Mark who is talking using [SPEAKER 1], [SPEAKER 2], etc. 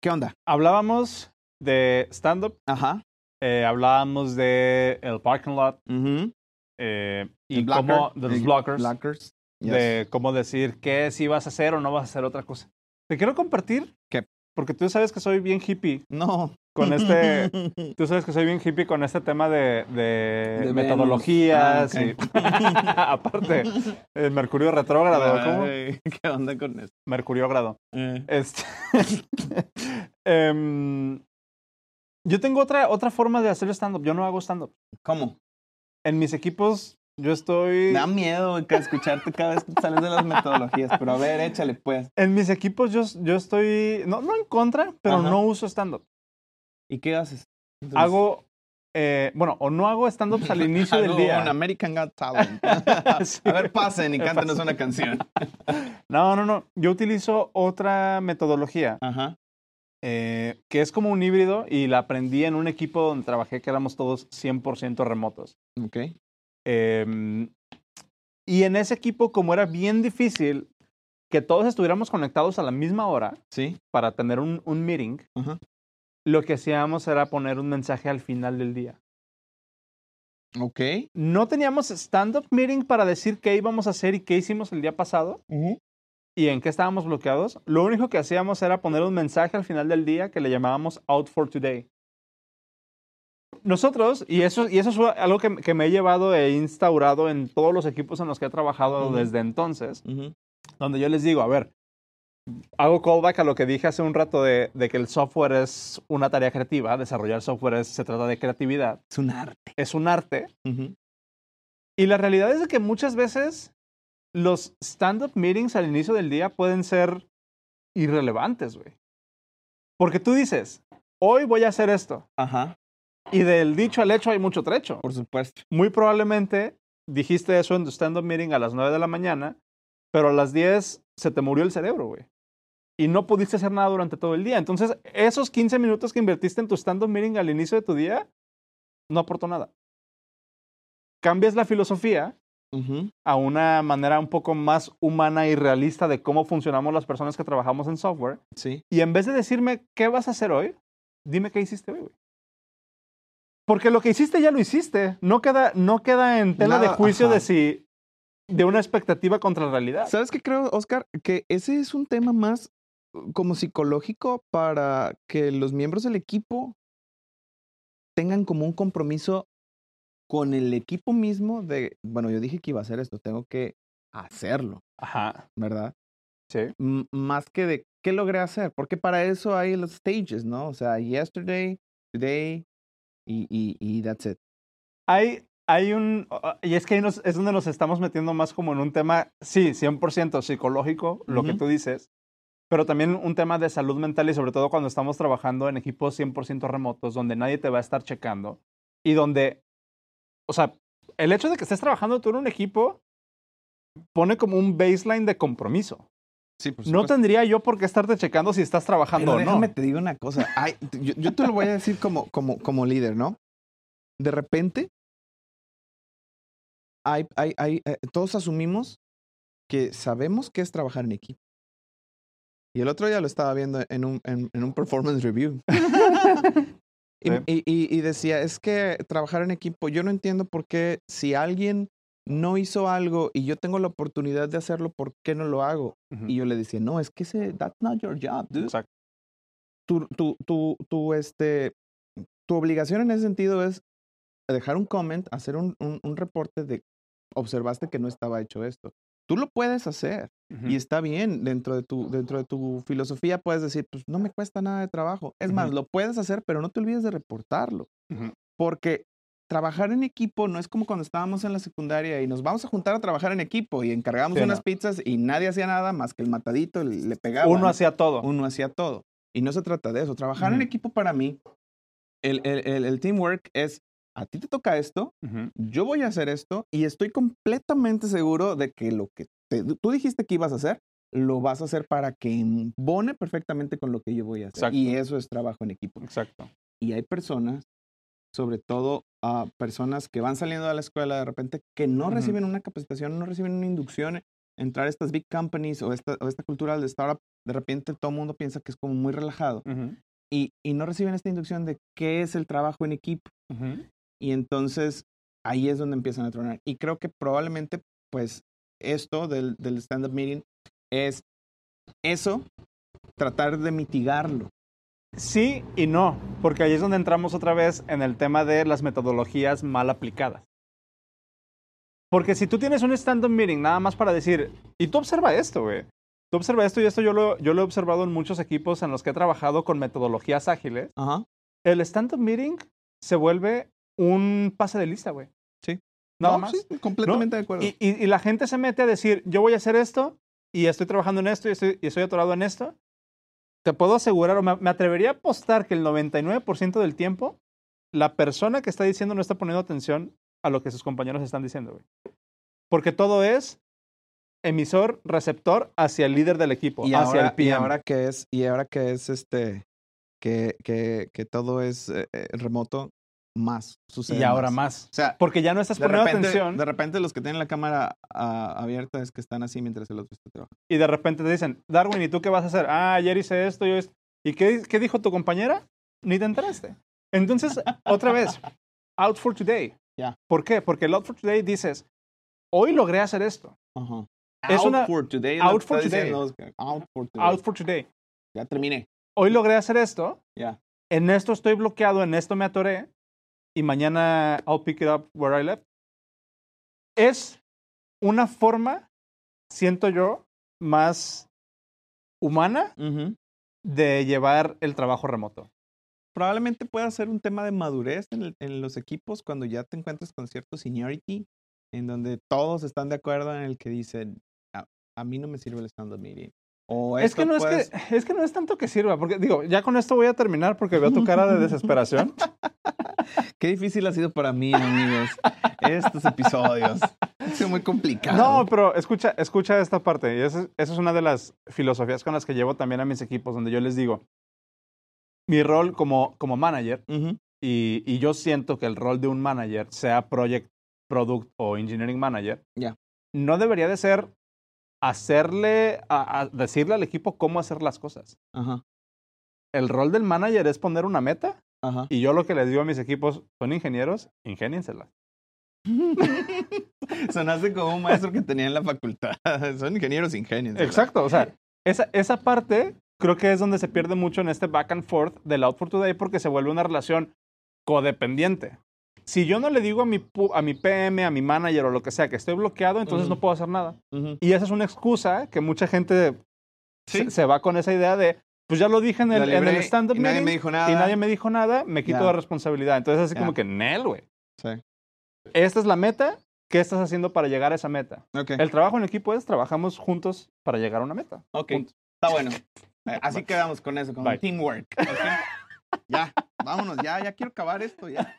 [SPEAKER 1] ¿Qué onda?
[SPEAKER 2] Hablábamos de stand-up,
[SPEAKER 1] Ajá.
[SPEAKER 2] eh, hablábamos de el parking lot
[SPEAKER 1] ujú.
[SPEAKER 2] eh, y
[SPEAKER 1] El blocker,
[SPEAKER 2] cómo, de los
[SPEAKER 1] el
[SPEAKER 2] blockers,
[SPEAKER 1] Blockers. yes.
[SPEAKER 2] de cómo decir qué si vas a hacer o no vas a hacer otra cosa. Te quiero compartir,
[SPEAKER 1] ¿Qué?
[SPEAKER 2] porque tú sabes que soy bien hippie
[SPEAKER 1] No.
[SPEAKER 2] con este, tú sabes que soy bien hippie con este tema de, de
[SPEAKER 1] Venus.
[SPEAKER 2] metodologías
[SPEAKER 1] Ah, ok.
[SPEAKER 2] y aparte el mercurio retrógrado, ¿cómo?
[SPEAKER 1] Ay, ¿Qué onda con esto?
[SPEAKER 2] Mercuriógrado.
[SPEAKER 1] Eh,
[SPEAKER 2] Este, em, yo tengo otra, otra forma de hacer stand-up. Yo no hago stand-up.
[SPEAKER 1] Eh, ¿Cómo?
[SPEAKER 2] En mis equipos, yo estoy.
[SPEAKER 1] Me da miedo güey, que escucharte cada vez que sales de las metodologías, pero a ver, échale pues.
[SPEAKER 2] En mis equipos, yo, yo estoy. No, no en contra, pero
[SPEAKER 1] Ajá.
[SPEAKER 2] no uso stand-up.
[SPEAKER 1] ¿Y qué haces? Entonces,
[SPEAKER 2] Hago. eh, bueno, o no hago stand-ups al inicio del
[SPEAKER 1] hago un
[SPEAKER 2] día.
[SPEAKER 1] American Got Talent.
[SPEAKER 2] Sí.
[SPEAKER 1] A ver, pasen y cántenos
[SPEAKER 2] Pasen.
[SPEAKER 1] una canción.
[SPEAKER 2] No, no, no. Yo utilizo otra metodología
[SPEAKER 1] Ajá.
[SPEAKER 2] eh, que es como un híbrido y la aprendí en un equipo donde trabajé que éramos todos 100% remotos.
[SPEAKER 1] Ok.
[SPEAKER 2] Em, y en ese equipo, como era bien difícil que todos estuviéramos conectados a la misma hora
[SPEAKER 1] Sí.
[SPEAKER 2] para tener un, un meeting,
[SPEAKER 1] Ajá.
[SPEAKER 2] lo que hacíamos era poner un mensaje al final del día.
[SPEAKER 1] Ok.
[SPEAKER 2] No teníamos stand-up meeting para decir qué íbamos a hacer y qué hicimos el día pasado y en qué estábamos bloqueados. Lo único que hacíamos era poner un mensaje al final del día que le llamábamos Out for Today. Nosotros, y eso, y eso es algo que, que me he llevado e instaurado en todos los equipos en los que he trabajado
[SPEAKER 1] Ujú.
[SPEAKER 2] desde entonces,
[SPEAKER 1] Ujú.
[SPEAKER 2] donde yo les digo, a ver, hago callback a lo que dije hace un rato de, de que el software es una tarea creativa, desarrollar software es- se trata de creatividad,
[SPEAKER 1] Es un arte.
[SPEAKER 2] es un arte,
[SPEAKER 1] Ujú.
[SPEAKER 2] y la realidad es de que muchas veces los stand-up meetings al inicio del día pueden ser irrelevantes, güey. Porque tú dices, hoy voy a hacer esto,
[SPEAKER 1] Ajá.
[SPEAKER 2] y del dicho al hecho hay mucho trecho.
[SPEAKER 1] Por supuesto.
[SPEAKER 2] Muy probablemente dijiste eso en tu stand-up meeting a las 9 de la mañana, pero a las 10 se te murió el cerebro, güey. Y no pudiste hacer nada durante todo el día. Entonces, esos 15 minutos que invertiste en tu stand-up meeting al inicio de tu día, no aportó nada. Cambias la filosofía
[SPEAKER 1] Ujú.
[SPEAKER 2] a una manera un poco más humana y realista de cómo funcionamos las personas que trabajamos en software.
[SPEAKER 1] Sí.
[SPEAKER 2] Y en vez de decirme qué vas a hacer hoy, dime qué hiciste hoy, güey. Porque lo que hiciste ya lo hiciste. No queda, no queda en tela de
[SPEAKER 1] Nada,
[SPEAKER 2] juicio
[SPEAKER 1] ajá.
[SPEAKER 2] de si de una expectativa contra la realidad.
[SPEAKER 1] ¿Sabes qué creo, Oscar? Que ese es un tema más uh, como psicológico para que los miembros del equipo tengan como un compromiso con el equipo mismo de, bueno, yo dije que iba a hacer esto, tengo que hacerlo,
[SPEAKER 2] Ajá.
[SPEAKER 1] ¿verdad?
[SPEAKER 2] Sí.
[SPEAKER 1] M- más que de qué logré hacer, porque para eso hay los stages, ¿no? O sea, yesterday, today y, y, y that's it.
[SPEAKER 2] Hay, hay un. Y es que ahí nos- es donde nos estamos metiendo más como en un tema, sí, 100% psicológico, lo que
[SPEAKER 1] Ujú.
[SPEAKER 2] tú dices, pero también un tema de salud mental y sobre todo cuando estamos trabajando en equipos 100% remotos, donde nadie te va a estar checando y donde. O sea, el hecho de que estés trabajando tú en un equipo pone como un baseline de compromiso.
[SPEAKER 1] Sí, por
[SPEAKER 2] No tendría yo por qué estarte checando si estás trabajando
[SPEAKER 1] Pero
[SPEAKER 2] o no.
[SPEAKER 1] déjame te digo una cosa. Ay, t- yo, yo te lo voy a decir como, como, como líder, ¿no? De repente, hay, hay, hay, eh, todos asumimos que sabemos qué es trabajar en equipo. Y el otro día lo estaba viendo en un, en, en un performance review. y,
[SPEAKER 2] Sí.
[SPEAKER 1] y- y- y decía, es que trabajar en equipo, yo no entiendo por qué si alguien no hizo algo y yo tengo la oportunidad de hacerlo, ¿por qué no lo hago?
[SPEAKER 2] Ujú.
[SPEAKER 1] Y yo le decía, no, es que ese, that's not your job, dude
[SPEAKER 2] Exacto.
[SPEAKER 1] tu, tu, tu, tu, este, tu obligación en ese sentido es dejar un comment, hacer un, un- un reporte de observaste que no estaba hecho esto. Tú lo puedes hacer y
[SPEAKER 2] Ujú.
[SPEAKER 1] está bien dentro de tu, dentro de tu filosofía. Puedes decir, pues no me cuesta nada de trabajo. Es más,
[SPEAKER 2] Ujú.
[SPEAKER 1] lo puedes hacer, pero no te olvides de reportarlo
[SPEAKER 2] Ujú.
[SPEAKER 1] porque trabajar en equipo no es como cuando estábamos en la secundaria y nos vamos a juntar a trabajar en equipo y encargamos
[SPEAKER 2] Sí,
[SPEAKER 1] unas
[SPEAKER 2] no.
[SPEAKER 1] pizzas y nadie hacía nada más que el matadito le, le pegaba.
[SPEAKER 2] Uno
[SPEAKER 1] ¿no?
[SPEAKER 2] hacía todo.
[SPEAKER 1] uno hacía todo. Y no se trata de eso. Trabajar en
[SPEAKER 2] Ujú.
[SPEAKER 1] equipo para mí, el, el- el- el teamwork es, a ti te toca esto,
[SPEAKER 2] Ujú.
[SPEAKER 1] yo voy a hacer esto y estoy completamente seguro de que lo que te- tú dijiste que ibas a hacer, lo vas a hacer para que embone perfectamente con lo que yo voy a hacer.
[SPEAKER 2] Exacto.
[SPEAKER 1] Y eso es trabajo en equipo.
[SPEAKER 2] Exacto.
[SPEAKER 1] Y hay personas, sobre todo ah, personas que van saliendo de la escuela de repente, que no
[SPEAKER 2] Ujú.
[SPEAKER 1] reciben una capacitación, no reciben una inducción, entrar a estas big companies o esta, o esta cultura de startup de repente todo el mundo piensa que es como muy relajado
[SPEAKER 2] Ujú,
[SPEAKER 1] y, y no reciben esta inducción de qué es el trabajo en equipo.
[SPEAKER 2] ujú.
[SPEAKER 1] Y entonces ahí es donde empiezan a tronar. Y creo que probablemente, pues, esto del, del stand-up meeting es eso, tratar de mitigarlo.
[SPEAKER 2] Sí y no, porque ahí es donde entramos otra vez en el tema de las metodologías mal aplicadas. Porque si tú tienes un stand-up meeting nada más para decir, y tú observa esto, güey. Tú observa esto y esto yo lo, yo lo he observado en muchos equipos en los que he trabajado con metodologías ágiles.
[SPEAKER 1] Ajá.
[SPEAKER 2] El stand-up meeting se vuelve un pase de lista, güey.
[SPEAKER 1] Sí.
[SPEAKER 2] Nada
[SPEAKER 1] No,
[SPEAKER 2] más.
[SPEAKER 1] sí, completamente de acuerdo.
[SPEAKER 2] Y, y- y la gente se mete a decir, yo voy a hacer esto y estoy trabajando en esto y estoy, y estoy atorado en esto. Te puedo asegurar, o me, me atrevería a apostar que el 99% del tiempo, la persona que está diciendo no está poniendo atención a lo que sus compañeros están diciendo, güey. Porque todo es emisor, receptor hacia el líder del equipo,
[SPEAKER 1] Y
[SPEAKER 2] hacia
[SPEAKER 1] ahora,
[SPEAKER 2] el
[SPEAKER 1] y
[SPEAKER 2] PM.
[SPEAKER 1] ahora que es, y ahora que es este, que, que, que todo es eh, eh, remoto, más sucede.
[SPEAKER 2] Y ahora más.
[SPEAKER 1] O sea,
[SPEAKER 2] Porque ya no estás
[SPEAKER 1] de
[SPEAKER 2] poniendo
[SPEAKER 1] repente,
[SPEAKER 2] atención
[SPEAKER 1] de repente los que tienen la cámara ah, abierta es que están así mientras el otro está trabajando.
[SPEAKER 2] y de repente te dicen, Darwin, ¿y tú qué vas a hacer? Ah, ayer hice esto, yo esto. ¿Y qué, qué dijo tu compañera? Ni te enteraste. Entonces, otra vez, out for today.
[SPEAKER 1] Ya.
[SPEAKER 2] ¿Por qué? Porque el out for today dices, hoy logré hacer esto.
[SPEAKER 1] Ajá.
[SPEAKER 2] Es
[SPEAKER 1] out
[SPEAKER 2] una-
[SPEAKER 1] for today. es lo
[SPEAKER 2] out
[SPEAKER 1] que
[SPEAKER 2] for
[SPEAKER 1] está
[SPEAKER 2] today.
[SPEAKER 1] diciendo Oscar. Out for today.
[SPEAKER 2] Out for today.
[SPEAKER 1] Ya terminé.
[SPEAKER 2] Hoy logré hacer esto.
[SPEAKER 1] Ya.
[SPEAKER 2] En esto estoy bloqueado, en esto me atoré. Y mañana I'll pick it up where I left. Es una forma, siento yo, más humana
[SPEAKER 1] Ujú.
[SPEAKER 2] de llevar el trabajo remoto.
[SPEAKER 1] Probablemente pueda ser un tema de madurez en, el- en los equipos cuando ya te encuentres con cierto seniority, en donde todos están de acuerdo en el que dicen, a, a mí no me sirve el stand-up meeting. O
[SPEAKER 2] Es que,
[SPEAKER 1] esto pues.
[SPEAKER 2] no
[SPEAKER 1] puedes-
[SPEAKER 2] es que es que no es tanto que sirva, porque digo, ya con esto voy a terminar porque veo tu cara de desesperación.
[SPEAKER 1] Qué difícil ha sido para mí, amigos, estos episodios. Ha sido muy complicado.
[SPEAKER 2] No, pero escucha, escucha esta parte. Y esa, es- esa es una de las filosofías con las que llevo también a mis equipos, donde yo les digo, mi rol como, como manager,
[SPEAKER 1] Ujú.
[SPEAKER 2] y, y yo siento que el rol de un manager, sea project, product o engineering manager,
[SPEAKER 1] Ya.
[SPEAKER 2] no debería de ser hacerle, a- a decirle al equipo cómo hacer las cosas.
[SPEAKER 1] Ajá,
[SPEAKER 2] El rol del manager es poner una meta
[SPEAKER 1] ajá.
[SPEAKER 2] Y yo lo que les digo a mis equipos, son ingenieros, ingéniensela.
[SPEAKER 1] Sonaste como un maestro que tenía en la facultad. Son ingenieros ingenios. ¿verdad?
[SPEAKER 2] Exacto, o sea, esa, esa parte creo que es donde se pierde mucho en este back and forth del out for today porque se vuelve una relación codependiente. Si yo no le digo a mi, pu- a mi PM, a mi manager o lo que sea que estoy bloqueado, entonces
[SPEAKER 1] Ujú.
[SPEAKER 2] no puedo hacer nada.
[SPEAKER 1] Ujú.
[SPEAKER 2] Y esa es una excusa que mucha gente
[SPEAKER 1] Sí.
[SPEAKER 2] se, se va con esa idea de, pues ya lo dije en
[SPEAKER 1] La
[SPEAKER 2] el, en el
[SPEAKER 1] libré
[SPEAKER 2] stand-up
[SPEAKER 1] y nadie me
[SPEAKER 2] meeting
[SPEAKER 1] dijo nada.
[SPEAKER 2] y nadie me dijo nada, me quito
[SPEAKER 1] Ya.
[SPEAKER 2] la responsabilidad. Entonces así
[SPEAKER 1] Ya.
[SPEAKER 2] como que, Nel, güey,
[SPEAKER 1] Sí.
[SPEAKER 2] esta es la meta, ¿qué estás haciendo para llegar a esa meta?
[SPEAKER 1] Ok.
[SPEAKER 2] El trabajo en equipo es trabajamos juntos para llegar a una meta.
[SPEAKER 1] Ok,
[SPEAKER 2] Punto.
[SPEAKER 1] está bueno. Eh,
[SPEAKER 2] Bye.
[SPEAKER 1] Así quedamos con eso, con
[SPEAKER 2] Bye.
[SPEAKER 1] teamwork. ¿ok? ya, vámonos, ya, ya quiero acabar esto, ya.